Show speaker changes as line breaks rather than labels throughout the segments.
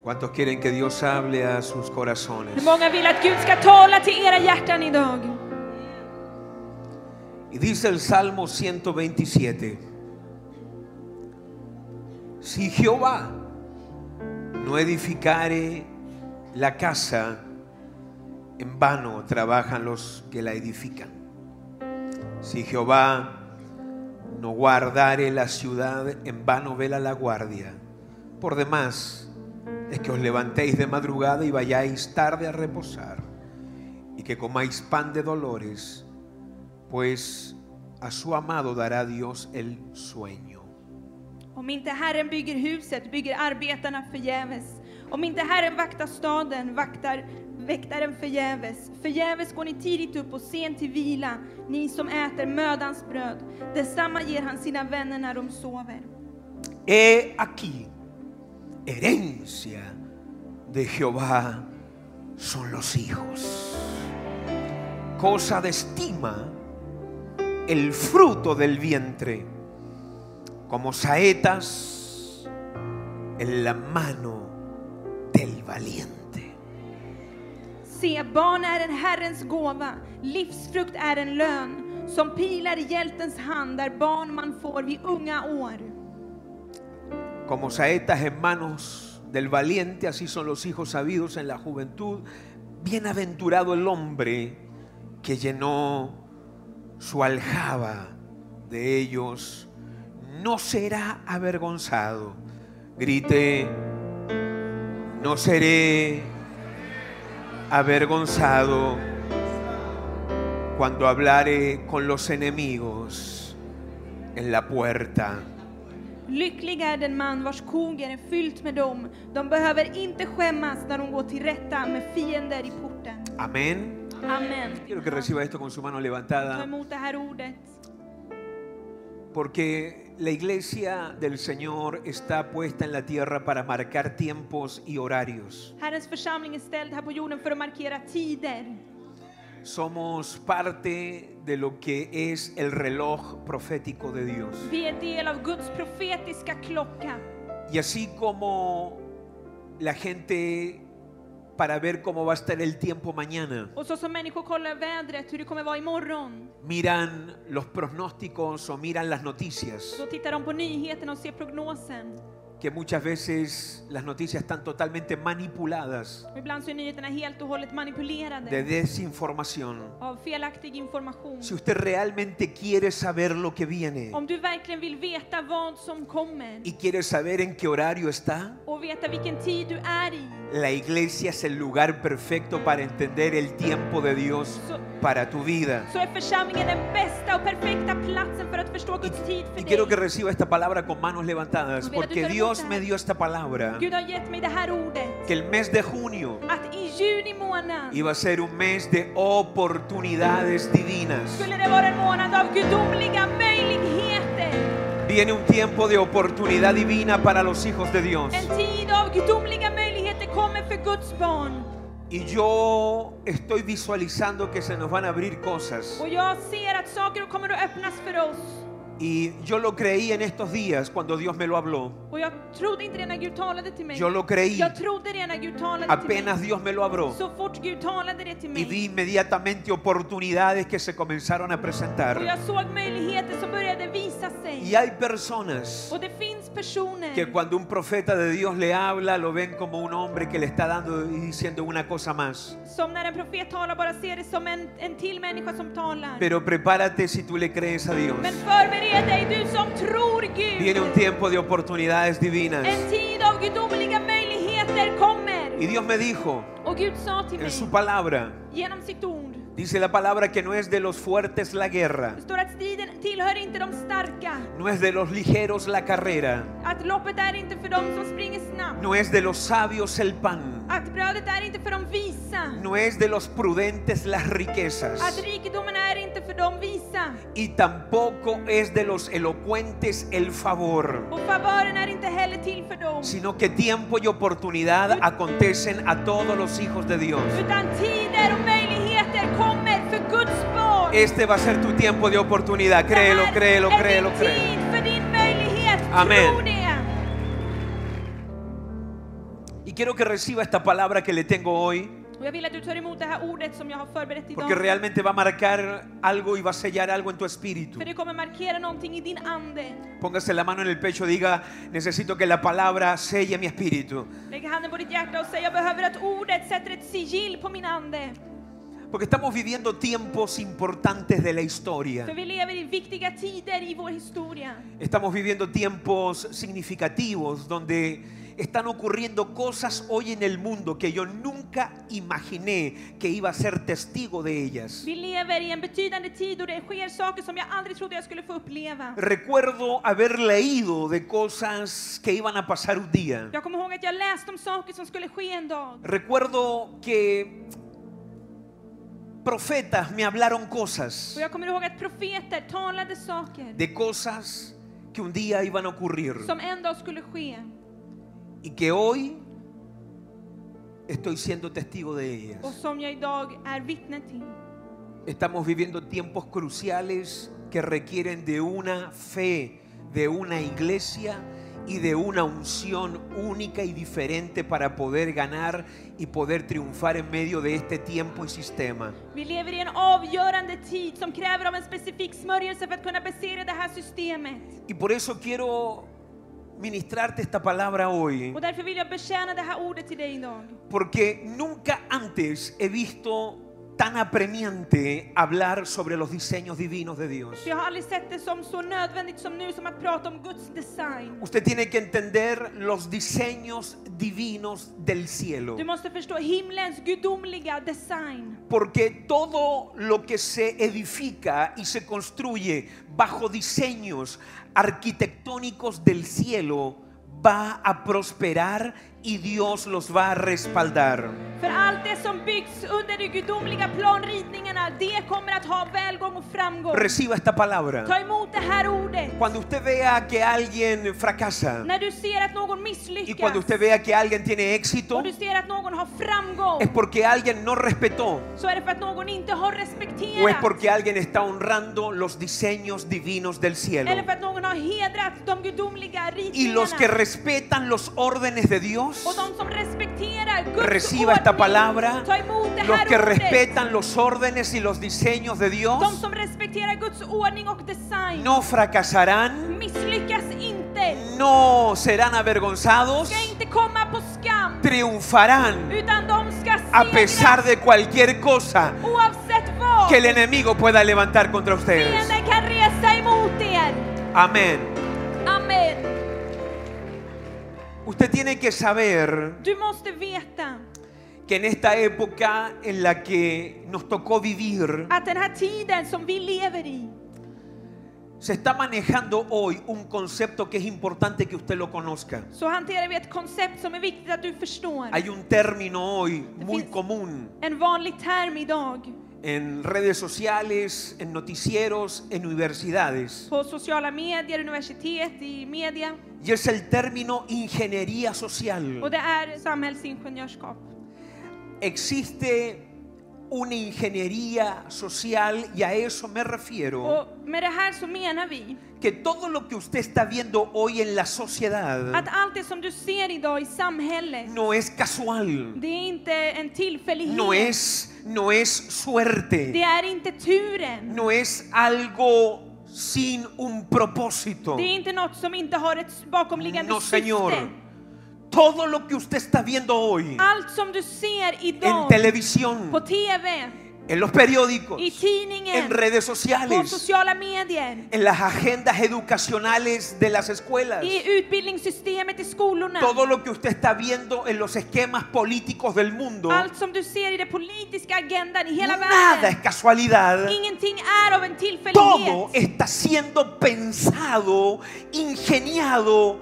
¿Cuántos quieren que Dios hable a sus corazones?
Hur många vill att Gud ska tala till era hjärtan idag?
Y dice el Salmo 127, si Jehová no edificare la casa, en vano trabajan los que la edifican. Si Jehová no guardare la ciudad, en vano vela la guardia. Por demás, es que os levantéis de madrugada y vayáis tarde a reposar, y que comáis pan de dolores, pues a su amado dará Dios el sueño.
Om inte Herren bygger huset bygger arbetarna förgäves. Om inte Herren vaktar staden vaktar väktaren förgäves. Förgäves går ni tidigt upp och sent till vila, ni som äter mödans bröd. Detsamma ger han sina vänner när de sover.
He aquí, herencia de Jehová son los hijos. Cosa de estima el fruto del vientre, como saetas en la mano del valiente.
Se, barn är en Herrens gåva, livsfrukt är en lön. Som pilar i hjältens hand är barn man får vid unga år.
Como saetas en manos del valiente, así son los hijos sabidos en la juventud. Bienaventurado el hombre que llenó su aljaba de ellos, no será avergonzado. Grite, no seré avergonzado cuando hablare con los enemigos en la puerta.
Lycklig är den man vars koger är fyllt med dem. De behöver inte skämmas när de går till rätta med fiender i porten.
Amén.
Amen.
Quiero que reciba esto con su mano
Ta
levantada,
emot det här ordet.
porque la iglesia del Señor está puesta en la tierra para marcar tiempos y horarios.
Herrens församling är ställd här på jorden för att markera tider.
Somos parte de lo que es el reloj profético de Dios.
Vi är del av Guds profetiska klocka.
Y así como la gente para ver cómo va a estar el tiempo mañana,
Och så som människor kollar vädret, hur det kommer vara imorgon,
miran los pronósticos o miran las noticias,
så tittar de på nyheterna och ser prognosen.
que muchas veces las noticias están totalmente manipuladas
Och ibland så är nyheterna helt och hållet
de
manipulerade
desinformación.
av felaktig information.
Si usted realmente quiere saber lo que viene
Om du verkligen vill veta vad som kommer
y quiere saber en qué horario está,
och veta vilken tid du är i,
la iglesia es el lugar perfecto para entender el tiempo de Dios para tu vida.
så är församlingen den bästa och perfekta platsen för att förstå Guds tid
Y
för
quiero que
dig.
reciba esta palabra con manos levantadas, porque Dios me dio esta palabra,
Gud har gett mig det här ordet,
que el mes de junio
att i juni månad
iba a ser un mes de oportunidades divinas.
skulle det vara en månad av gudomliga möjligheter.
Viene un tiempo de oportunidad divina para los hijos de Dios.
En tid av gudomliga möjligheter kommer för Guds barn.
Y yo estoy visualizando que se nos van a abrir cosas.
Och jag ser att saker kommer att öppnas för oss.
Y yo lo creí en estos días cuando Dios me lo habló.
Och jag trodde inte det när Gud talade till mig.
Yo lo creí.
Jag trodde det när Gud talade till mig.
Apenas Dios me lo habló.
Så fort Gud talade det till
Y vi
mig
inmediatamente oportunidades que se comenzaron a
och
presentar.
jag såg möjligheter som började visa
Y
sig.
hay personas
Och det finns
que
personer
cuando un profeta de Dios le habla lo ven como un hombre que le está dando y diciendo una cosa más.
som när en profet talar bara ser det som en, en till människa som talar.
Pero prepárate si tú le crees a Dios.
Men förbered dig du som tror
Viene un
Gud.
tiempo de oportunidades divinas.
En tid av gudomliga möjligheter
Y
kommer.
Dios me dijo
Och Gud sa till
en
mig
su palabra,
genom sitt ord.
Dice la palabra que no es de los fuertes la guerra,
Det står att striden tillhör inte de starka.
no es de los ligeros la carrera,
Att loppet är inte för dem som springer snabbt.
no es de los sabios el pan,
Att brödet är inte för de visa.
no es de los prudentes las
Att
riquezas
rikedomen är inte för de visa.
y tampoco es de los elocuentes el favor,
Och favören är inte heller till för dem.
sino que tiempo y oportunidad acontecen a todos los hijos de Dios.
Utan tider och möjligheter kommer för Guds barn.
Este va a ser tu tiempo de oportunidad,
Det här
créelo, créelo,
är
créelo,
din
créelo.
tid för din möjlighet.
Amen.
Tro det.
Y quiero que reciba esta palabra que le tengo hoy,
Och jag vill att du tar emot det här ordet som jag har förberett idag.
porque realmente va a marcar algo y va a sellar algo en tu espíritu.
För det kommer markera någonting i din ande.
Póngase la mano en el pecho, diga, necesito que la palabra selle mi espíritu.
Lägg handen på ditt hjärta och säg jag behöver att ordet sätter ett sigill på min ande.
Porque estamos viviendo tiempos importantes de la
För
historia.
vi lever i viktiga tider i vår historia.
Estamos viviendo tiempos significativos donde están ocurriendo cosas hoy en el mundo que yo nunca imaginé que iba a ser testigo de ellas.
Vi lever i en betydande tid och det sker saker som jag aldrig trodde jag skulle få uppleva.
Recuerdo haber leído de cosas que iban a pasar un día.
Jag kommer ihåg att jag läste om saker som skulle ske en dag.
Recuerdo que profetas me hablaron cosas
Och jag kommer ihåg att profeter talade saker
de cosas que un día iban a ocurrir
som en dag skulle ske.
y que hoy estoy siendo testigo de ellas.
Och som jag idag är vittne till.
Estamos viviendo tiempos cruciales que requieren de una fe, de una iglesia y de una unción única y diferente para poder ganar y poder triunfar en medio de este tiempo y sistema.
Vi lever i en avgörande tid som kräver av en specifik smörjelse för att kunna besegra det här systemet.
Y por eso quiero ministrarte esta palabra hoy,
Och därför vill jag betjäna det här ordet till dig idag.
porque nunca antes he visto tan apremiante hablar sobre los diseños divinos de Dios.
För jag har aldrig sett det som så nödvändigt som nu som att prata om Guds design.
Usted tiene que entender los diseños divinos del cielo.
Du måste förstå himlens gudomliga design.
Porque todo lo que se edifica y se construye bajo diseños arquitectónicos del cielo va a prosperar y Dios los va a respaldar.
För allt det som byggs under de gudomliga planritningarna, det kommer att ha välgång och framgång.
Reciba esta palabra.
Ta emot det här ordet.
Cuando usted vea que alguien fracasa
När du ser att någon
y
misslyckas
cuando usted vea que alguien tiene éxito,
och du ser att någon har framgång
es porque alguien no respetó
så är det för att någon inte har
o es
respekterat
porque alguien está honrando los diseños divinos del cielo.
eller för att någon har hedrat de gudomliga
Y
ritningarna.
los que respetan los órdenes de Dios,
och de som respekterar Guds
Reciba esta
ordning,
palabra.
ta emot det
Los
här
que
ordet.
respetan los órdenes y los diseños de
De
Dios
som respekterar Guds ordning och design
no fracasarán,
misslyckas inte,
no serán avergonzados,
ska inte komma på skam,
triunfarán
utan de ska
a
segra
pesar de cualquier cosa
oavsett vad
que el enemigo pueda levantar contra ustedes.
fienden kan resa emot er.
Amén.
Amen.
Usted tiene que saber
Du måste veta
que en esta época en la que nos tocó vivir,
att den här tiden som vi lever i
se está manejando hoy un concepto que es importante que usted lo conozca.
så hanterar vi ett koncept som är viktigt att du förstår.
Hay un término hoy muy común
En vanlig term idag
en redes sociales, en noticieros, en universidades.
på sociala medier, universitet, i media
Y es el término ingeniería
och
social.
det är samhällsingenjörskap.
Existe una ingeniería social y a eso me refiero,
Och med det här så menar vi
que todo lo que usted está viendo hoy en la sociedad
att allt det som du ser idag i samhället,
no es casual,
det är inte en tillfällighet.
no es, no es
Det
suerte,
är inte turen.
no es algo sin un propósito.
Det är inte något som inte har ett bakomliggande
No,
syfte.
Señor. Todo lo que usted está viendo hoy
Allt som du ser
en
idag
televisión,
på TV,
en los periódicos,
i tidningen,
en redes
på
sociales,
sociala medier,
en las agendas educacionales de las escuelas.
i utbildningssystemet i skolorna.
Todo lo que usted está viendo en los esquemas políticos del mundo,
Allt som du ser i den politiska agendan i hela
nada es
världen.
casualidad.
Ingenting är av en
Todo
tillfällighet.
está siendo pensado, ingeniado,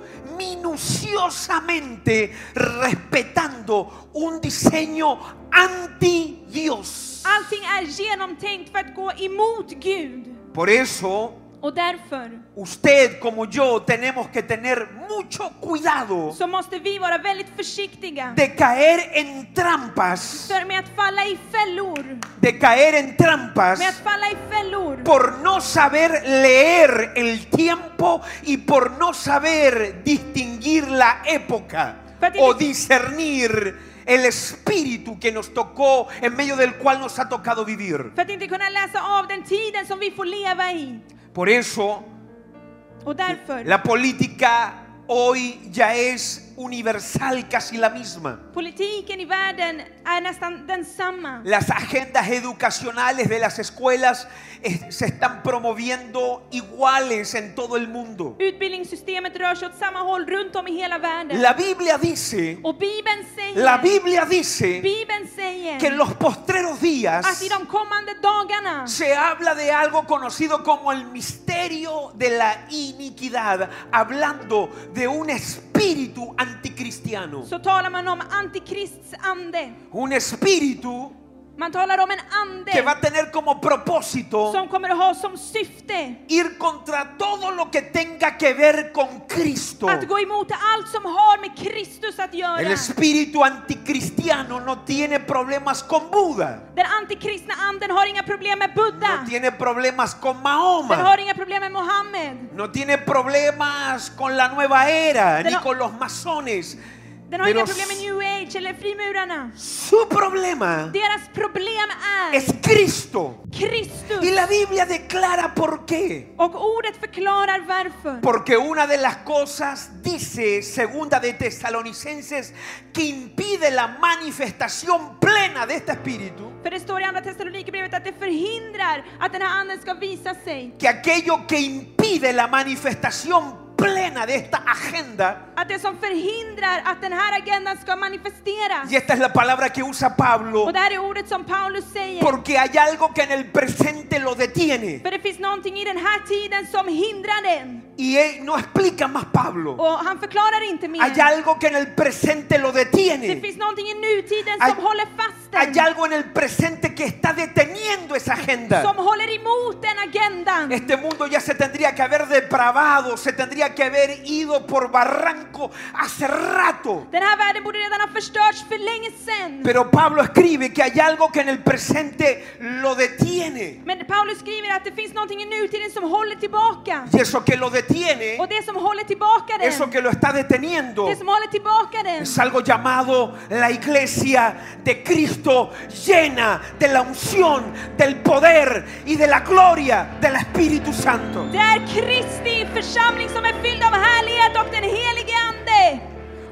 minuciosamente, respetando un diseño anti Dios.
Allting är genomtänkt för att gå emot Gud.
Por eso
Och därför
Usted como yo tenemos que tener mucho cuidado
så måste vi vara väldigt försiktiga
de caer en trampas,
för med att falla i fällor.
de caer en
Med att
trampas
falla i fällor.
por no saber leer el tiempo y por no saber distinguir la época.
För att
o
inte,
discernir el espíritu que nos tocó, en medio del cual nos ha tocado vivir.
för att inte kunna läsa av den tiden som vi får leva i.
Por eso
Och därför,
la política hoy ya es universal, casi la misma.
politiken i världen är nästan densamma.
Las agendas educacionales de las escuelas eh, se están promoviendo iguales en todo el mundo.
Utbildningssystemet rör sig åt samma håll runt om i hela världen.
La Biblia dice,
och Bibeln säger,
la Biblia dice
Bibeln säger
que en los postreros
att i
días
de kommande dagarna
se habla de algo conocido como el misterio de la iniquidad, hablando de un espíritu anticristiano,
så talar man om antikrists ande.
un espíritu
Man talar om en
que va
ande
a tener como propósito
som kommer att ha som syfte
ir contra todo lo que tenga que ver con Cristo.
att gå emot allt som har med Kristus att
El
göra.
espíritu anticristiano no tiene problemas con Buda,
Den antikristna anden har inga problem med
no
Buddha.
tiene problemas con
Den
Mahoma.
har inga problem med Mohammed.
No tiene problemas con la nueva era
De
ni
no-
con los masones.
Den har inga
Pero
problem med new age eller frimurarna.
Su problema
Deras problem är
es Cristo. Y
Kristus.
la Biblia declara por qué.
Och ordet förklarar varför.
Porque una de las cosas dice segunda de Tesalonicenses que impide la manifestación plena de este espíritu,
För det står i andra Thessalonikerbrevet att det förhindrar att den här anden ska visa sig.
que aquello que impide la manifestación plena de esta agenda,
Att det som förhindrar att den här agendan ska manifesteras.
y esta es la palabra que usa Pablo,
Och det här är ordet som Paulus säger.
porque hay algo que en el presente lo detiene.
För det finns någonting i den här tiden som hindrar den.
Y él no explica más Pablo.
Och han förklarar inte
Hay
mer.
algo que en el presente lo
Det
detiene.
finns någonting i nutiden
Hay-
som håller fast
Hay
den.
algo en el presente que está deteniendo esa agenda.
Som håller emot den agendan.
Este mundo ya se tendría que haber depravado, se tendría que haber ido por barranco hace rato.
Den här världen borde redan ha förstörts för länge sedan.
Pero Pablo escribe que hay algo que en el presente lo detiene.
Men Paulus skriver att det finns någonting i nutiden som håller tillbaka.
Y eso que lo detiene,
Och det som håller tillbaka
eso
den,
que lo está deteniendo,
det som håller tillbaka den,
es algo llamado la iglesia de Cristo llena de la unción, del poder y de la gloria del Espíritu Santo.
det är Kristi församling som är fylld av härlighet och den helige Ande.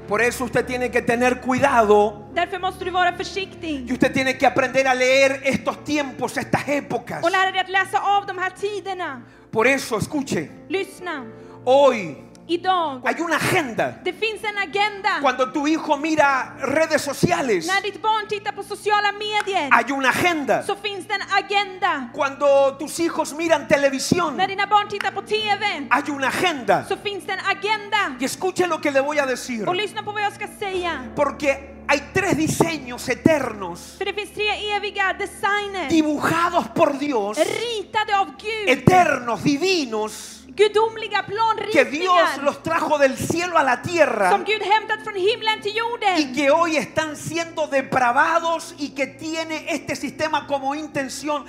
Por eso usted tiene que tener cuidado
Därför måste du vara
Y
försiktig
usted tiene que aprender a leer estos tiempos, estas épocas.
och lära dig att läsa av de här tiderna.
Por eso, escuche,
Lyssna,
hoy
idag,
hay una agenda.
det finns en agenda.
Cuando tu hijo mira redes sociales,
När ditt barn tittar på sociala medier
hay una agenda.
så finns det en agenda.
Cuando tus hijos miran televisión,
När dina barn tittar på TV
hay una agenda.
så finns det en agenda.
Y escuche lo que le voy a decir.
Och lyssna på vad jag ska säga.
Porque hay tres diseños eternos
För det finns tre eviga designer
dibujados por Dios,
ritade av Gud.
eternos, divinos,
Gudomliga
que Dios
planritningar
los trajo del cielo a la tierra.
som Gud hämtat från himlen till
y
jorden.
que hoy están siendo depravados y que tiene este sistema como intención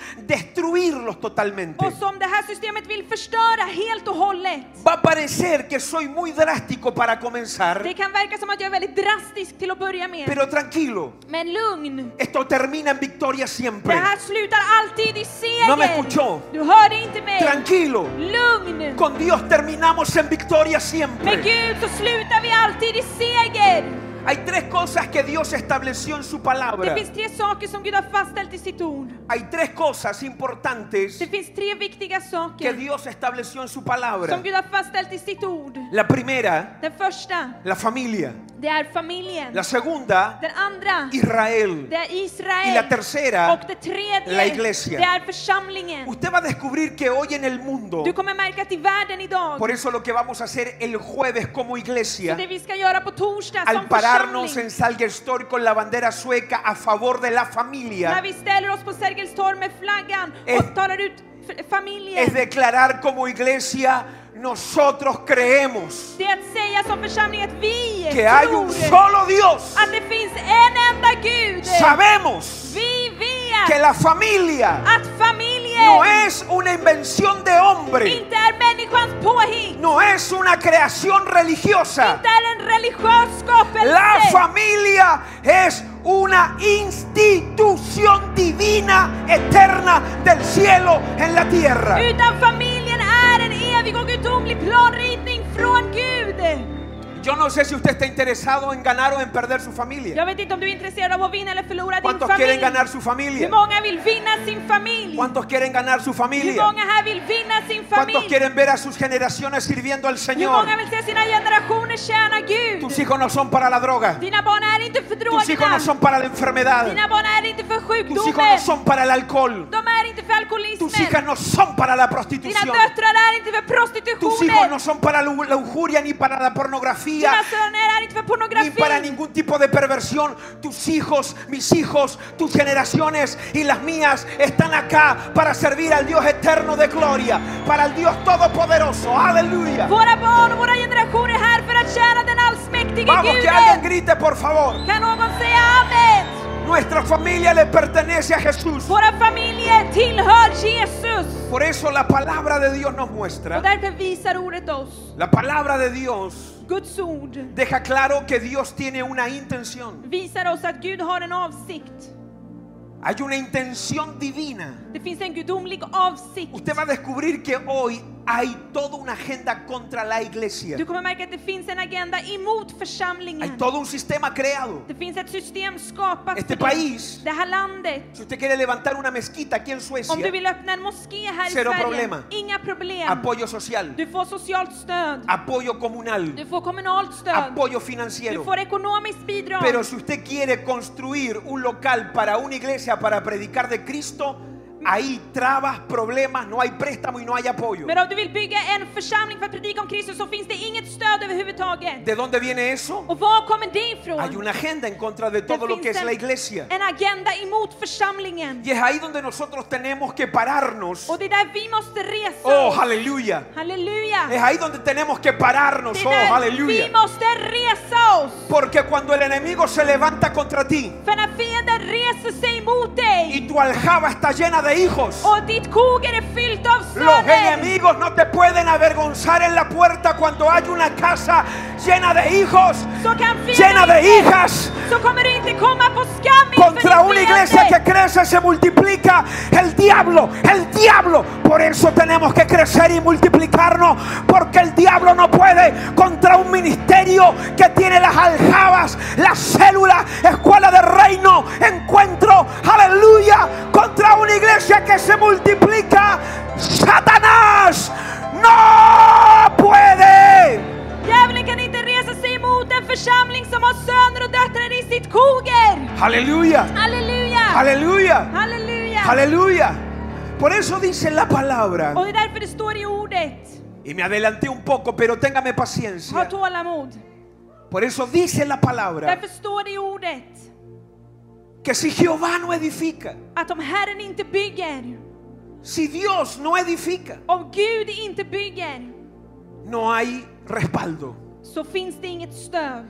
destruirlos totalmente.
Och som det här systemet vill förstöra helt och hållet.
Va a parecer que soy muy drástico para
Det
comenzar,
kan verka som att jag är väldigt drastisk till att börja med.
pero tranquilo,
Men lugn.
esto termina en victoria
Det
siempre.
här slutar alltid i
No me escuchó.
seger. Du hörde inte mig.
Tranquilo,
Lugn.
con Dios terminamos en victoria
Med
siempre.
Gud så slutar vi alltid i seger.
Hay tres cosas que Dios estableció en su
Det
palabra.
finns tre saker som Gud har fastställt i sitt ord.
Hay tres cosas importantes
Det finns tre viktiga
que
saker
Dios estableció en su palabra.
som Gud har fastställt i sitt ord.
La primera,
Den första,
la familia.
det är familjen.
La segunda,
Den andra,
Israel.
det är Israel.
Y la tercera,
Och det tredje,
la iglesia.
det är församlingen.
usted va a descubrir que hoy en el mundo,
Du kommer märka att i världen idag,
por eso lo que vamos a hacer el jueves como
så det
iglesia,
vi ska göra på torsdag som
al pararnos en
församling,
Salgestor con la bandera sueca a favor de la
när
familia,
vi ställer oss på Sergels torg med flaggan
Es-
och talar ut f- familjen,
es declarar como iglesia, nosotros creemos
det är att säga som församling att vi
que hay
tror
un solo Dios.
att det finns en enda Gud.
Sabemos
Vi
que
vet
la familia
att säger
No es una invención de hombre.
inte är människans påhitt,
No es una creación religiosa.
inte är en religiös
La
skapelse.
familia es una institución divina eterna del cielo en la tierra.
Utan familjen är en evig och gudomlig planritning från Gud.
Yo no sé si usted está interesado en ganar o en perder su familia.
Jag vet inte om du är intresserad av att vinna eller förlora din
¿Cuántos quieren
familj.
ganar su
Hur
familia?
många vill vinna sin familj?
¿Cuántos quieren ganar su
Hur
familia?
många här vill vinna sin
¿Cuántos
familj?
quieren ver a sus generaciones sirviendo al
Hur
Señor?
många vill se sina generationer tjäna
Tus
Gud?
hijos no son para la droga.
Dina barn är inte för
Tus hijos no
drogerna.
son para la enfermedad.
Dina barn är inte för
Tus hijos no
sjukdomen.
son para el alcohol.
De är inte för
Tus hijas
alkoholismen.
no son para la
Dina
prostitución.
döttrar är inte för
Tus hijos
prostitutionen.
no son para la lu- lujuria ni para la pornografía.
Dina söner är inte för
Ni para
pornografi.
ningún tipo de perversión. Tus hijos, mis hijos, tus generaciones y las mías están acá para servir al Dios eterno de gloria, para el Dios todopoderoso. Aleluya.
Våra barn och våra generationer är här för att tjäna den allsmäktige
Vamos, que alguien
Guden.
grite, por favor.
Kan någon säga amen?
Nuestra familia le pertenece a Jesús.
Våra familjer tillhör Jesus.
Por eso la palabra de Dios nos
Och
muestra.
därför visar ordet oss,
La palabra de Dios
Guds ord,
deja claro que Dios tiene una intención.
visar oss att Gud har en avsikt.
Hay una intención divina.
Det finns en gudomlig avsikt.
Usted va a descubrir que hoy hay toda una agenda contra la iglesia.
Du kommer märka att det finns en agenda emot
Hay
församlingen.
todo un sistema creado.
Det finns ett system skapat
Este
för
país-
det. Det här landet.
Si usted quiere levantar una mezquita aquí en
Om du
Suecia,
vill öppna en moské här i
Cero
Sverige,
problema.
inga problem.
apoyo social,
Du får socialt stöd.
apoyo comunal,
Du får kommunalt stöd.
apoyo
Du
financiero.
får ekonomiskt bidrag.
Pero si usted quiere construir un local para una iglesia para predicar de Cristo, hay trabas, problemas, no hay préstamo y no hay apoyo.
Men om du vill bygga en församling för att predika om Kristus så finns det inget stöd överhuvudtaget.
¿De dónde viene eso?
Och var kommer det ifrån?
Hay una agenda en contra de
Det
todo lo que
finns
es
en,
la iglesia.
en agenda emot församlingen.
Y es ahí donde nosotros tenemos que pararnos.
Och det är där vi måste resa
Oh,
oss.
aleluya.
Halleluja!
Es ahí donde tenemos que pararnos.
Det är
Oh,
där vi
aleluya.
måste resa oss.
Porque cuando el enemigo se levanta contra ti
För när fienden reser sig mot dig
y tu aljaba está llena de hijos,
och ditt koger är fyllt av
los
söner.
enemigos no te pueden avergonzar en la puerta cuando hay una casa llena de hijos,
Så kan
llena
fienden
de
inte,
hijas.
så kommer du inte komma på skam inför
Contra una
din
iglesia que
fiende.
crece, se multiplica el diablo, el diablo. Por eso tenemos que crecer y multiplicarnos, porque el diablo no puede contra un ministerio que tiene las aljabas, las células, escuela de reino, encuentro, aleluya, contra una iglesia que se multiplica. Satanás no puede.
Djävulen kan inte resa sig emot en församling som har söner och döttrar i sitt koger.
Aleluya,
Halleluja!
aleluya,
Halleluja!
aleluya. Por eso dice la palabra.
Och det är därför det står i ordet.
Y me adelanté un poco, pero téngame
Ha
paciencia.
tålamod.
Por eso dice la palabra
Därför står det i ordet
que si Jehová no edifica,
att om Herren inte bygger,
si Dios no edifica,
om Gud inte bygger,
no hay respaldo.
så finns det inget stöd.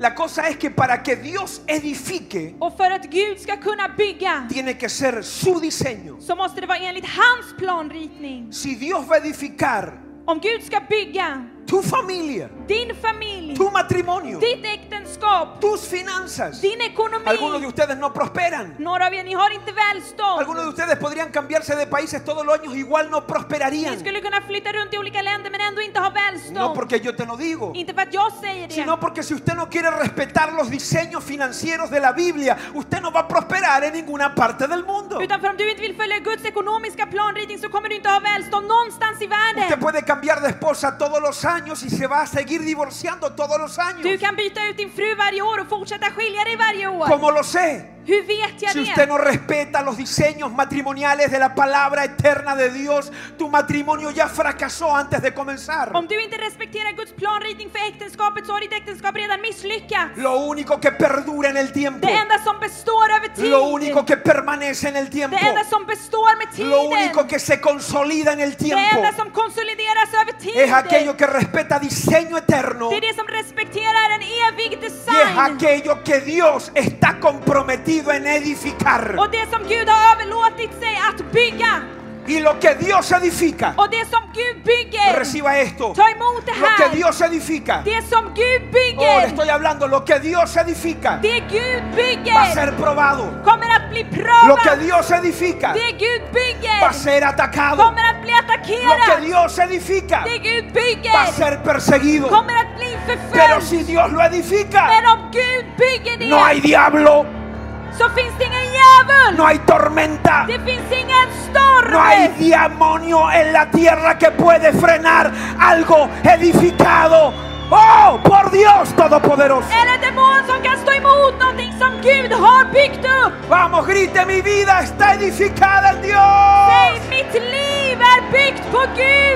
La cosa es que para que Dios edifique,
Och för att Gud ska kunna bygga
tiene que ser su diseño.
så måste det vara enligt hans planritning.
Si Dios va a edificar
Om Gud ska bygga
tu familia,
din familj,
tu matrimonio,
ditt äktenskap,
tus finanzas,
din ekonomi.
algunos de ustedes no prosperan.
Några av er, ni har inte
Algunos de
välstånd.
ustedes podrían cambiarse de países todos los años, igual no
Ni
prosperarían.
skulle kunna flytta runt i olika länder men ändå inte ha
No
välstånd.
porque yo te lo digo,
Inte för att jag säger
sino
det.
porque si usted no quiere respetar los diseños financieros de la Biblia, usted no va a prosperar en ninguna parte del mundo.
Utan för om du inte vill följa Guds ekonomiska planritning så kommer du inte ha välstånd någonstans i världen.
Usted puede cambiar de esposa todos los años y se va a seguir divorciando todos los
Du
años.
kan byta ut din fru varje år och fortsätta skilja dig varje år.
Como lo sé,
Hur vet jag
si usted
det?
no respeta los diseños matrimoniales de la palabra eterna de Dios, tu matrimonio ya fracasó antes de comenzar.
Om du inte respekterar Guds planritning för äktenskapet så har ditt äktenskap redan misslyckats.
Lo único que perdura en el tiempo,
Det enda som består över
lo único
tid,
que permanece en el tiempo,
det enda som består med
lo único
tiden,
que se consolida en el
det
tiempo.
enda som konsolideras över
es aquello
tiden,
que respeta diseño eterno
det är det som respekterar en evig
y es
design.
aquello que Dios está comprometido en edificar.
Och det som Gud har överlåtit sig att bygga.
Y lo que Dios edifica,
Och det som Gud bygger,
reciba esto.
ta emot det
Lo que
här.
Dios edifica,
Det som Gud
oh, le
bygger,
estoy hablando, lo que Dios edifica
det Gud
va a
bygger
ser probado.
kommer att bli
Lo que
prövat.
Dios edifica
Det Gud
va a
bygger
ser atacado.
kommer att bli
Lo que
attackerat.
Dios edifica
Det Gud
va a
bygger
ser perseguido.
kommer att bli
Pero si
förföljt.
Dios lo
Men
edifica,
om Gud bygger
no hay
det
diablo,
så finns det ingen djävul.
no hay tormenta,
Det finns ingen
no hay
storm.
demonio en la tierra que puede frenar algo edificado. Oh, por Dios Todopoderoso.
Eller demon som kan stå emot någonting som Gud har byggt upp.
Vamos, grite, mi vida está edificada en Dios.
Säg mitt liv är byggt på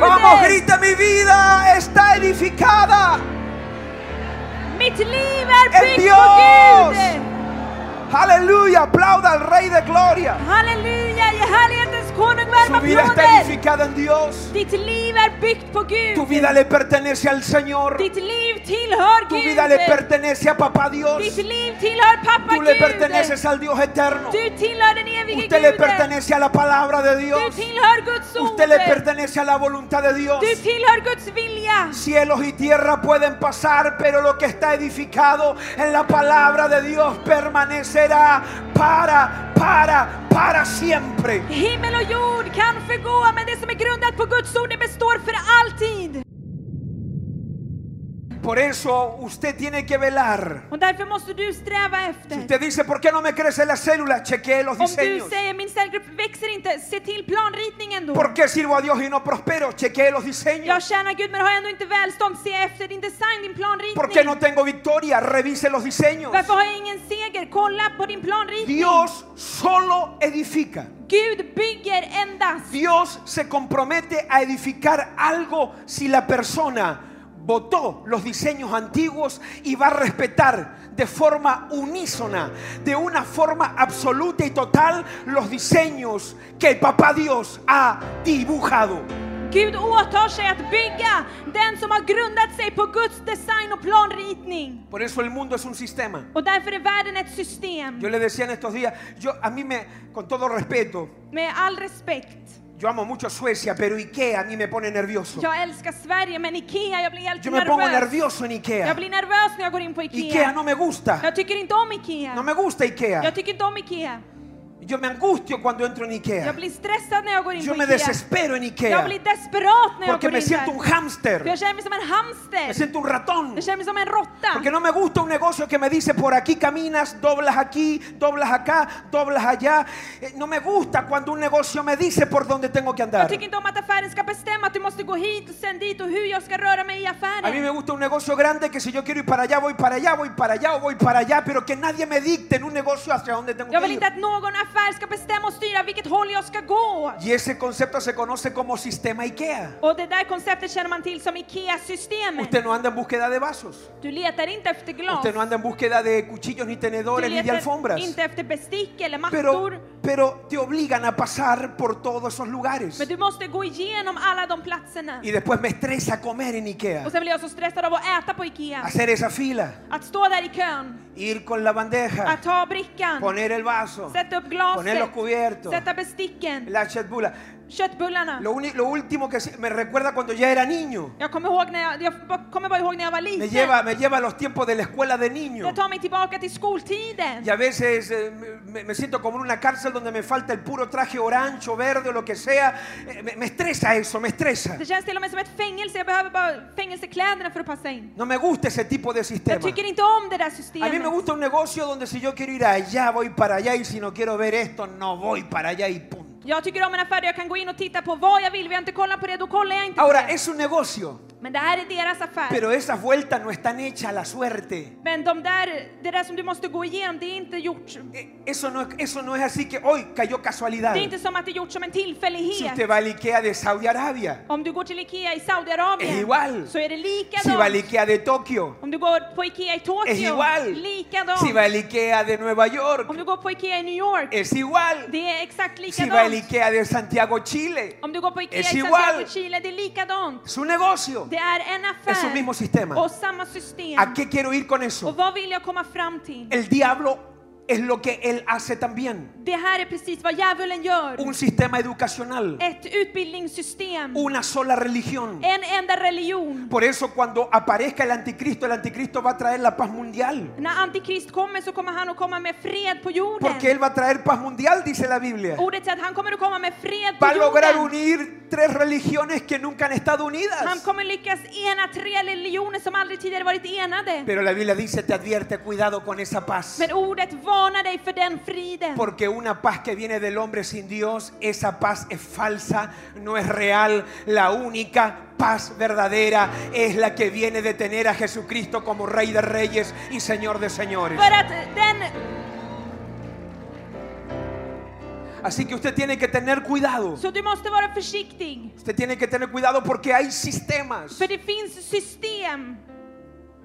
Vamos,
Gud.
grite, mi vida está edificada.
Mitt liv är
En
byggt på
Dios.
Gud.
Aleluya, aplauda al Rey de Gloria.
Halleluja, ge härlighetens konung
Su
varma
vida está
applåder.
edificada en Dios.
Ditt liv är byggt på
Tu
Gud.
vida le pertenece al Señor.
Ditt liv tillhör
Tu vida le
Gud.
pertenece a Papá Dios.
Ditt liv tillhör pappa
Tú le
Gud.
perteneces al Dios eterno.
Du tillhör den evige
Usted le
Guden.
pertenece a la palabra de Dios.
Du tillhör Guds ord.
Usted le pertenece a la voluntad de Dios.
Du tillhör Guds vilja.
Cielos y tierra pueden pasar, pero lo que está edificado en la palabra de Dios permanecerá para, para, para siempre.
Himmel och jord kan förgå, men det som är grundat på Guds ord det består för alltid.
Por eso usted tiene que velar.
Och därför måste du sträva
Si
efter.
usted dice, ¿por qué no me crece la célula? Chequee los
Om du
diseños.
säger min cellgrupp växer inte, se till planritningen då.
¿Por qué sirvo a Dios y no prospero? Chequee los
Jag
diseños.
tjänar Gud men har ändå inte välstånd, se efter din design, din
¿Por qué
planritning.
no tengo victoria? Revise los diseños.
Varför har jag ingen seger? Kolla på din planritning.
Dios solo edifica.
Gud bygger endast.
Dios se compromete a edificar algo si la persona votó los diseños antiguos y va a respetar de forma unísona, de una forma absoluta y total, los diseños que el papá Dios ha dibujado.
Gud åtar sig att bygga den som har grundat sig på Guds design och planritning.
Por eso el mundo es un sistema.
Och därför är världen ett system.
Yo le decía en estos días, yo a mí me, con todo respeto,
Med all respekt.
yo amo mucho Suecia, pero Ikea a mí me pone nervioso.
Jag älskar Sverige men IKEA, jag blir helt
Yo me pongo
nervös.
nervioso en
Jag
Ikea.
blir nervös när jag går in på
Ikea
IKEA.
no me gusta.
Jag tycker inte om IKEA.
No me gusta Ikea.
Jag tycker inte om IKEA.
Yo me angustio cuando entro en
Jag
Ikea.
blir stressad när jag går in
Yo
på
me
IKEA.
desespero en
Jag
Ikea.
blir desperat när jag
Porque
går
me
in
siento un
där. För
hámster.
jag känner mig som en
Me
hamster.
siento un ratón.
Jag känner mig som en
Porque
råtta.
no me gusta un negocio que me dice por aquí caminas, doblas aquí, doblas acá, doblas allá. Eh, No me gusta cuando un negocio me dice por dónde tengo que
Jag
andar.
tycker inte om att affären ska bestämma att du måste gå hit och sen dit och hur jag ska röra mig i
A mí
affären.
me gusta un negocio grande que si yo quiero ir para allá, voy para allá, voy para allá o voy para allá, pero que nadie me dicte en un negocio hacia dónde tengo que
Jag vill
ir.
inte att någon affär ska bestämma och styra vilket håll jag ska gå.
Y ese concepto se conoce como sistema IKEA.
Och det där konceptet känner man till som IKEA-systemet.
Usted no anda en búsqueda de vasos.
Du letar inte efter glas.
Usted no anda en búsqueda de cuchillos, ni
Du
tenedores, ni de
letar
alfombras.
inte efter bestick eller mattor.
Pero, pero te obligan a pasar por todos esos lugares.
Men du måste gå igenom alla de platserna.
Y después me estresa comer en IKEA.
Och sen blir jag så stressad av att äta på IKEA.
Hacer esa fila.
Att stå där i kön.
Ir con la bandeja.
Att ta brickan.
Poner el vaso.
Sätta upp
Poner los
glaset.
cubiertos.
Sätta besticken.
La chetbula.
Köttbullarna.
Lo, uni- lo último que se- me recuerda cuando ya era niño.
Jag kommer, ihåg när jag, jag b- kommer bara ihåg när jag var
Me
liten.
lleva, me lleva a los tiempos de la escuela de niño.
Jag tar mig tillbaka till skoltiden.
Y a veces eh, me, me siento como en una cárcel donde me falta el puro traje orange o verde o lo que sea. Eh, Me, me estresa eso, me estresa.
Det känns till och med som ett fängelse. Jag behöver bara fängelsekläderna för att passa in.
No me gusta ese tipo de sistema.
Jag tycker inte om det där
A mí me
systemet.
gusta un negocio donde si yo quiero ir allá, voy para allá y si no quiero ver esto, no voy para allá y punto.
Jag tycker om en affär där jag kan gå in och titta på vad jag vill. Vill jag inte kolla på det, då kollar jag inte på
Ahora,
det.
es un negocio,
Men det här är deras affär.
pero esas vueltas no están hechas a la suerte.
Men de där, det där som du måste gå igenom, det är inte gjort.
Eh, Eso no, es- eso no es así que hoy cayó casualidad.
Det är inte som att det är gjort som en
Si
tillfällighet.
usted va al Ikea de Saudi Arabia,
Om du går till Ikea i
Es
Saudiarabien
igual.
så är det
si va al
likadant.
Ikea de Tokio,
Om du går på Ikea i
es
Tokyo,
igual. Si va
likadant.
al Ikea de Nueva York,
Om du går på Ikea i New York,
es igual.
det är exakt
Si va al
likadant.
Ikea de Santiago, Chile,
Om du går på Ikea i
Es
Santiago,
igual.
Chile, det är likadant.
es un negocio.
Det är en
Es un mismo
affär
sistema.
och samma system.
¿A qué quiero ir con eso?
Och vad vill jag komma fram till?
El diablo es lo que él hace también.
Det här är precis vad djävulen gör.
Un sistema educacional,
Ett utbildningssystem.
una sola religión.
En enda religion.
Por eso cuando aparezca el anticristo, el anticristo va a traer la paz mundial.
När Antikrist kommer så kommer han att komma med fred på jorden.
Porque él va a traer paz mundial, dice la Biblia.
Ordet säger att han kommer att komma med fred på
Va a lograr
jorden.
unir tres religiones que nunca han estado
Han
unidas.
kommer lyckas ena tre religioner som aldrig tidigare varit enade.
Pero la Biblia dice, te advierte, cuidado con esa paz.
Men ordet varnar dig för den friden.
Porque una paz que viene del hombre sin Dios, esa paz es falsa, no es real. La única paz verdadera es la que viene de tener a Jesucristo como Rey de Reyes y Señor de Señores.
För att den,
Así que usted tiene que tener cuidado.
så du måste vara försiktig.
Usted tiene que tener cuidado porque hay sistemas.
För det finns system,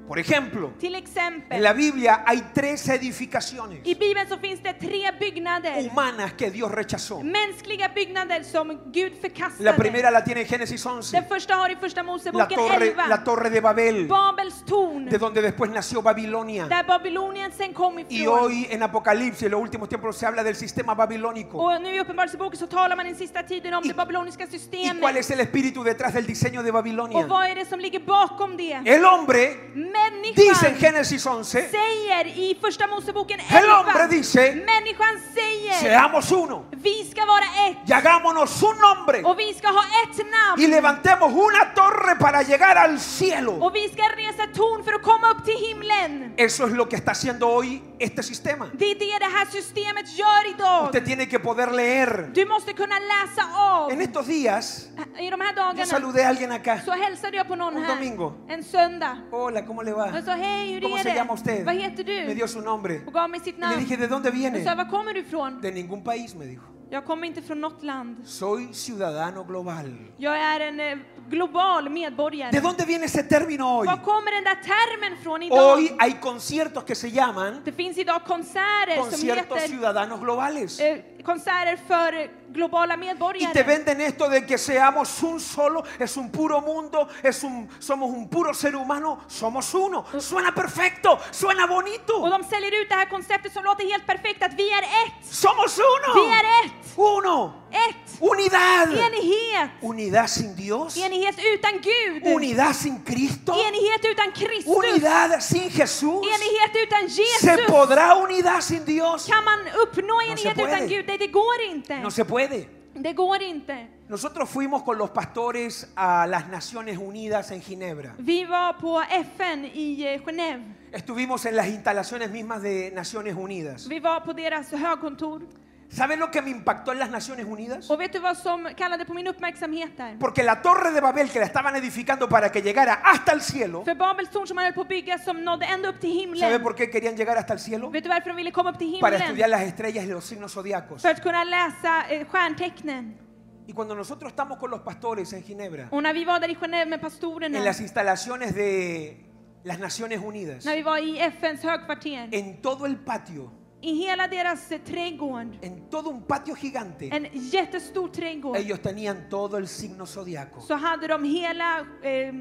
Por ejemplo,
till
en la
exempel.
Biblia hay tres edificaciones
I Bibeln så finns det tre byggnader.
humanas que Dios rechazó.
Mänskliga byggnader som
Oh.
Gud
La
förkastade.
primera la tiene en Génesis
Den
11,
första har i
la
första Moseboken
torre, la
11.
torre de Babel,
Babels torn.
de donde después nació Babilonia.
Där Babylonien sen kom
Y
ifrån.
hoy en Apocalipsis, en los últimos tiempos, se habla del sistema babilónico.
Och nu i Uppenbarelseboken så talar man den sista tiden om
I-
det babyloniska
¿Y cuál
systemet.
es el espíritu detrás del diseño de
Och
Babilonia?
vad är det som ligger bakom det?
El hombre dice en
Människan
Génesis 11,
säger i första Moseboken 11.
El hombre dice-
Människan säger
seamos uno
vi ska vara ett
y hagámonos un nombre
och vi ska ha ett
y
namn
levantemos una torre para llegar al cielo.
och vi ska resa torn för att komma upp till himlen.
Eso es lo que está haciendo hoy este sistema.
Det är det det här systemet gör idag.
Usted tiene que poder leer.
Du måste kunna läsa av. Äh,
En estos días,
I de här
yo
dagarna
saludé a alguien acá.
så hälsade jag på någon
Un
här
domingo.
en söndag.
Hola, ¿cómo le
Jag
va?
sa hej, hur
¿Cómo
är
Ah. se llama
det?
usted?
Vad heter
Me
du?
dio su nombre.
Och gav mig sitt
Y le
namn.
dije, ¿de dónde
Jag
viene?
sa, var kommer du ifrån?
De ningún país, me dijo.
Jag kommer inte från något land.
Soy ciudadano global.
Jag är en eh, global
¿De
medborgare.
dónde viene ese término hoy?
Var kommer den där termen från
Hoy
idag?
hay conciertos que se llaman
Det finns idag konserter som
conciertos
heter
ciudadanos globales.
eh, konserter för eh, globala
Y te
medborgare.
venden esto de que seamos un solo, es un puro mundo, es un, somos un puro ser humano, somos uno. Suena perfecto, suena
Och
bonito.
de säljer ut det här konceptet som låter helt perfekt att vi är ett.
Somos
Vi är
uno.
ett.
Uno.
Ett.
Unidad.
Enighet.
Unidad sin Dios.
Enighet utan Gud.
Unidad sin Cristo.
Enighet utan Kristus.
Unidad sin Jesús.
Enighet utan
¿Se
Jesus.
podrá unidad sin Dios?
Kan man uppnå enighet
puede.
utan Gud? Nej, det går inte.
No se puede.
Det går inte.
Nosotros fuimos con los pastores a las Naciones Unidas en Ginebra.
Vi var på FN i eh, Genève.
Estuvimos en las instalaciones mismas de Naciones Unidas.
Vi var på deras högkontor.
¿Saben lo que me impactó en las Naciones Unidas?
Och vet du vad som kallade på min uppmärksamhet där?
Porque la torre de Babel que la estaban edificando para que llegara hasta el cielo,
För Babels torn som man höll på att bygga som nådde ända upp till
¿sabe
himlen.
por qué querían llegar hasta el cielo?
Vet du varför de ville komma upp till
Para estudiar
himlen?
las estrellas y los signos zodiacos.
För att kunna läsa eh, stjärntecknen.
Y cuando nosotros estamos con los pastores en Ginebra,
Och när vi var där i Genève med pastorerna,
en las instalaciones de las Naciones Unidas,
när vi var i FNs högkvarter,
en todo el patio,
i hela deras eh, trädgård,
en todo un patio gigante,
en jättestor trädgård,
ellos tenían todo el signo zodiaco.
så hade de hela eh,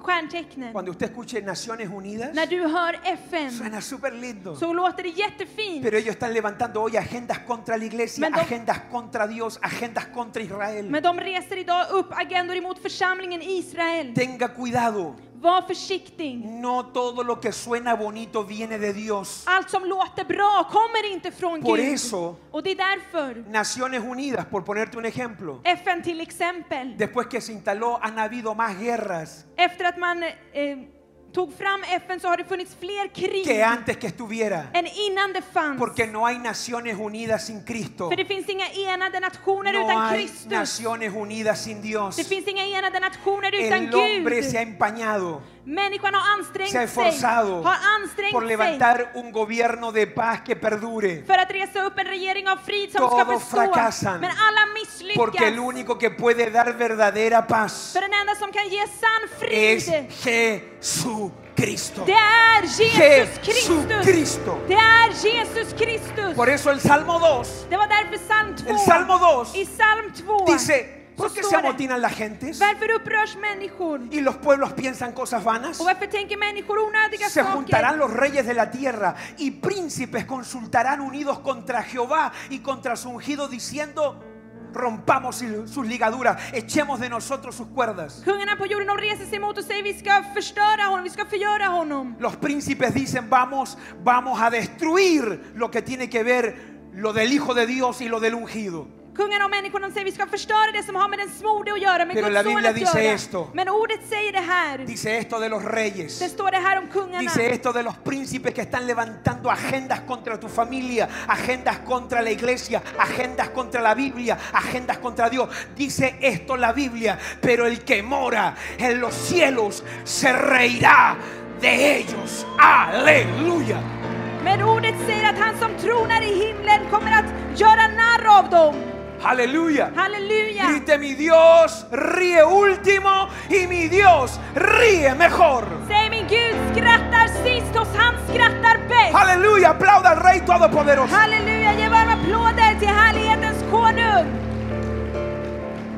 stjärntecknen.
Cuando usted escuche Naciones Unidas,
När du hör FN
suena súper lindo.
så låter det jättefint.
Pero ellos están levantando hoy agendas contra la iglesia,
Mendo-
agendas contra Dios, agendas contra Israel.
Men de reser idag upp agendor emot församlingen i Israel.
Tenga cuidado,
Var försiktig.
no todo lo que suena bonito viene de Dios.
Allt som låter bra kommer inte från
Por
Gud.
eso-
Och det är därför
Naciones Unidas, por ponerte un ejemplo,
FN till exempel,
después que se instaló han habido más guerras
efter att man eh, tog fram FN så har det funnits fler krig
que antes que estuviera.
än innan det fanns.
Porque no hay Naciones Unidas sin Cristo.
För det finns inga enade nationer
No
utan
hay
Kristus.
Naciones Unidas sin Dios.
Det finns inga enade nationer utan
El hombre se ha
Gud.
empañado.
Människan har ansträngt
se ha
sig,
esforzado
har ansträngt
por
sig
levantar un gobierno de paz que perdure.
för att resa upp en regering av frid som ska
Todos
bestå.
fracasan.
Men alla
Porque el
misslyckas.
único que puede dar verdadera paz
För den enda som kan ge sann frid,
es Jesucristo.
det är Jesus Kristus.
Jesucristo.
Det är Jesus Kristus.
Por eso el Salmo 2
Det var därför psalm 2,
El Salmo 2
i psalm 2
dice,
ut. Så
¿Por qué se
står det.
amotinan las gentes?
Varför upprörs människor?
¿Y los pueblos piensan cosas vanas?
Och varför tänker människor onödiga
Se juntarán
saker?
los reyes de la tierra y príncipes consultarán unidos contra Jehová y contra su ungido diciendo, rompamos sil- sus ligaduras, echemos de nosotros sus cuerdas.
Kungarna på jorden de reser sig emot och säger vi ska förstöra honom, vi ska förgöra honom.
Los príncipes dicen, vamos, vamos a destruir lo que tiene que ver lo del Hijo de Dios y lo del ungido.
Kungarna och människorna säger vi ska förstöra det som har med den smorde att göra, med
Pero la
Guds son
Biblia
att
dice
göra.
esto.
Men ordet säger det här.
Dice esto de los
Det
reyes.
står det här om kungarna.
Dice esto de los príncipes que están levantando agendas contra tu familia, agendas contra la iglesia, agendas contra la Biblia, agendas contra Dios. Dice esto la Biblia, pero el que mora en los cielos se reirá de ellos. Aleluya.
Men ordet säger att han som tronar i himlen kommer att göra narr av dem.
Aleluya.
Halleluja!
Grite mi Dios ríe último y mi Dios ríe mejor.
Säg min Gud skrattar sist hos han skrattar bäst.
Aleluya, aplauda al Rey Todopoderoso.
Halleluja! Ge varma applåder till härlighetens konung.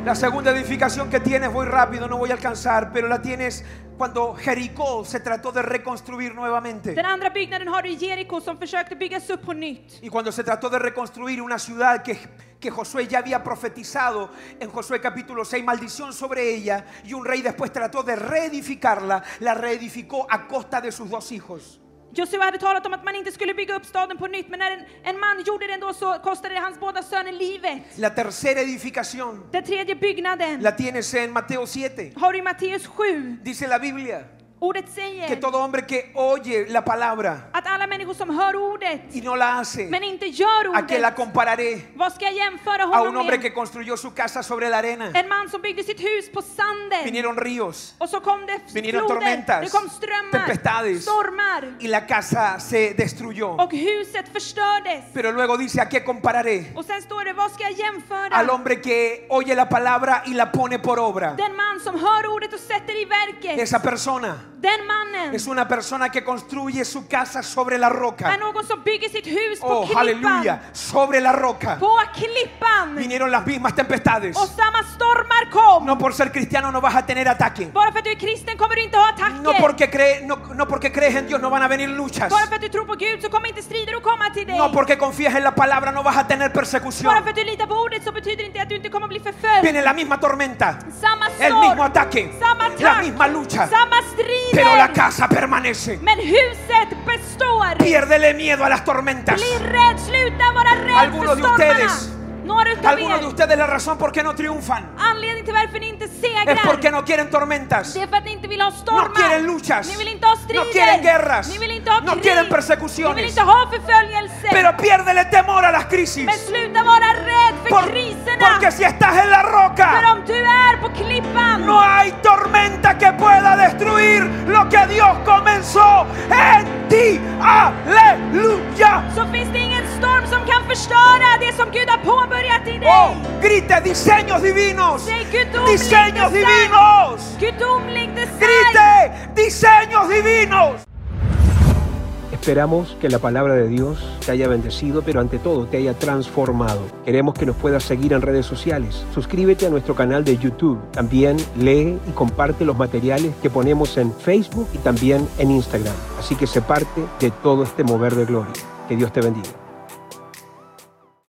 La segunda edificación que tienes, voy rápido, no voy a alcanzar, pero la tienes cuando Jericó se trató de reconstruir nuevamente.
Den andra byggnaden har du i Jeriko som försökte byggas upp på nytt.
Y cuando se trató de reconstruir una ciudad que, que Josué ya había profetizado en Josué capítulo 6, maldición sobre ella, y un rey después trató de reedificarla, la reedificó a costa de sus dos hijos.
Josua hade talat om att man inte skulle bygga upp staden på nytt, men när en, en man gjorde det då så kostade det hans båda söner livet.
La tercera edificación
Den tredje byggnaden
la tienes en Mateo 7.
har du i Matteus 7.
Dice la Biblia
Ordet
que
säger
todo hombre que oye la palabra
att alla människor som hör ordet,
y no la hace,
men inte gör
a que la
ordet,
compararé
vad ska jag jämföra
a un
honom
hombre
med?
que construyó su casa sobre la arena.
En man som byggde sitt hus på sanden.
Vinieron ríos
Och så kom det
Vinieron
floder,
tormentas,
det kom strömmar,
tempestades.
stormar
y la casa se destruyó.
och huset förstördes.
Pero luego dice, ¿a qué compararé?
Och sen står det, vad ska jag
Al
jämföra?
hombre que oye la palabra y la pone por obra.
Den man som hör ordet och sätter i verket,
Esa persona
den mannen
es una persona que construye su casa sobre la
är
roca.
någon som bygger sitt hus på
Oh,
klippan.
aleluya, sobre la roca.
På klippan!
Vinieron las mismas tempestades.
Och samma stormar kom!
No por ser cristiano no vas a tener ataque.
Bara för att du är kristen kommer du inte ha attacker.
No porque, cree- no, no porque crees en Dios no van a venir luchas.
Bara för att du tror på Gud så kommer inte strider att komma till dig.
No porque confías en la palabra no vas a tener
Bara
persecución.
för att du litar på ordet så betyder inte att du inte kommer att bli förföljd.
Viene la misma tormenta,
Samma
el mismo
storm,
ataque,
samma
la
attack,
misma lucha,
samma strider.
pero la casa permanece.
Men huset består.
Piérdele miedo a las tormentas.
Bli rädd, sluta vara rädd
Algunos
för
de
stormarna.
ustedes.
Några utav
Algunos de
er,
ustedes la razón por qué no triunfan
anledningen till varför ni inte
es
segrar,
porque no quieren tormentas,
det är för att ni inte vill ha
no
stormar.
quieren luchas,
ni vill inte ha
no
strider.
quieren guerras,
ni vill inte ha
no
krig.
quieren
Ni vill
persecuciones.
inte ha förföljelse.
Pero piérdele temor a las
Men
crisis.
sluta vara rädd för
Por-
kriserna.
porque si estás en la
För
roca,
om du är på klippan
no hay tormenta que pueda destruir lo que Dios comenzó en ti. Aleluya.
så finns det ingen storm som kan förstöra det som Gud har påbörjat i dig.
Oh, grite diseños divinos.
Säg gudomlig
Diseños
design.
divinos.
Gudomlig design.
Grite diseños divinos.
Esperamos que la palabra de Dios te haya bendecido, pero ante todo te haya transformado. Queremos que nos puedas seguir en redes sociales. Suscríbete a nuestro canal de YouTube. También lee y comparte los materiales que ponemos en Facebook y también en Instagram. Así que se parte de todo este mover de gloria. Que Dios te bendiga.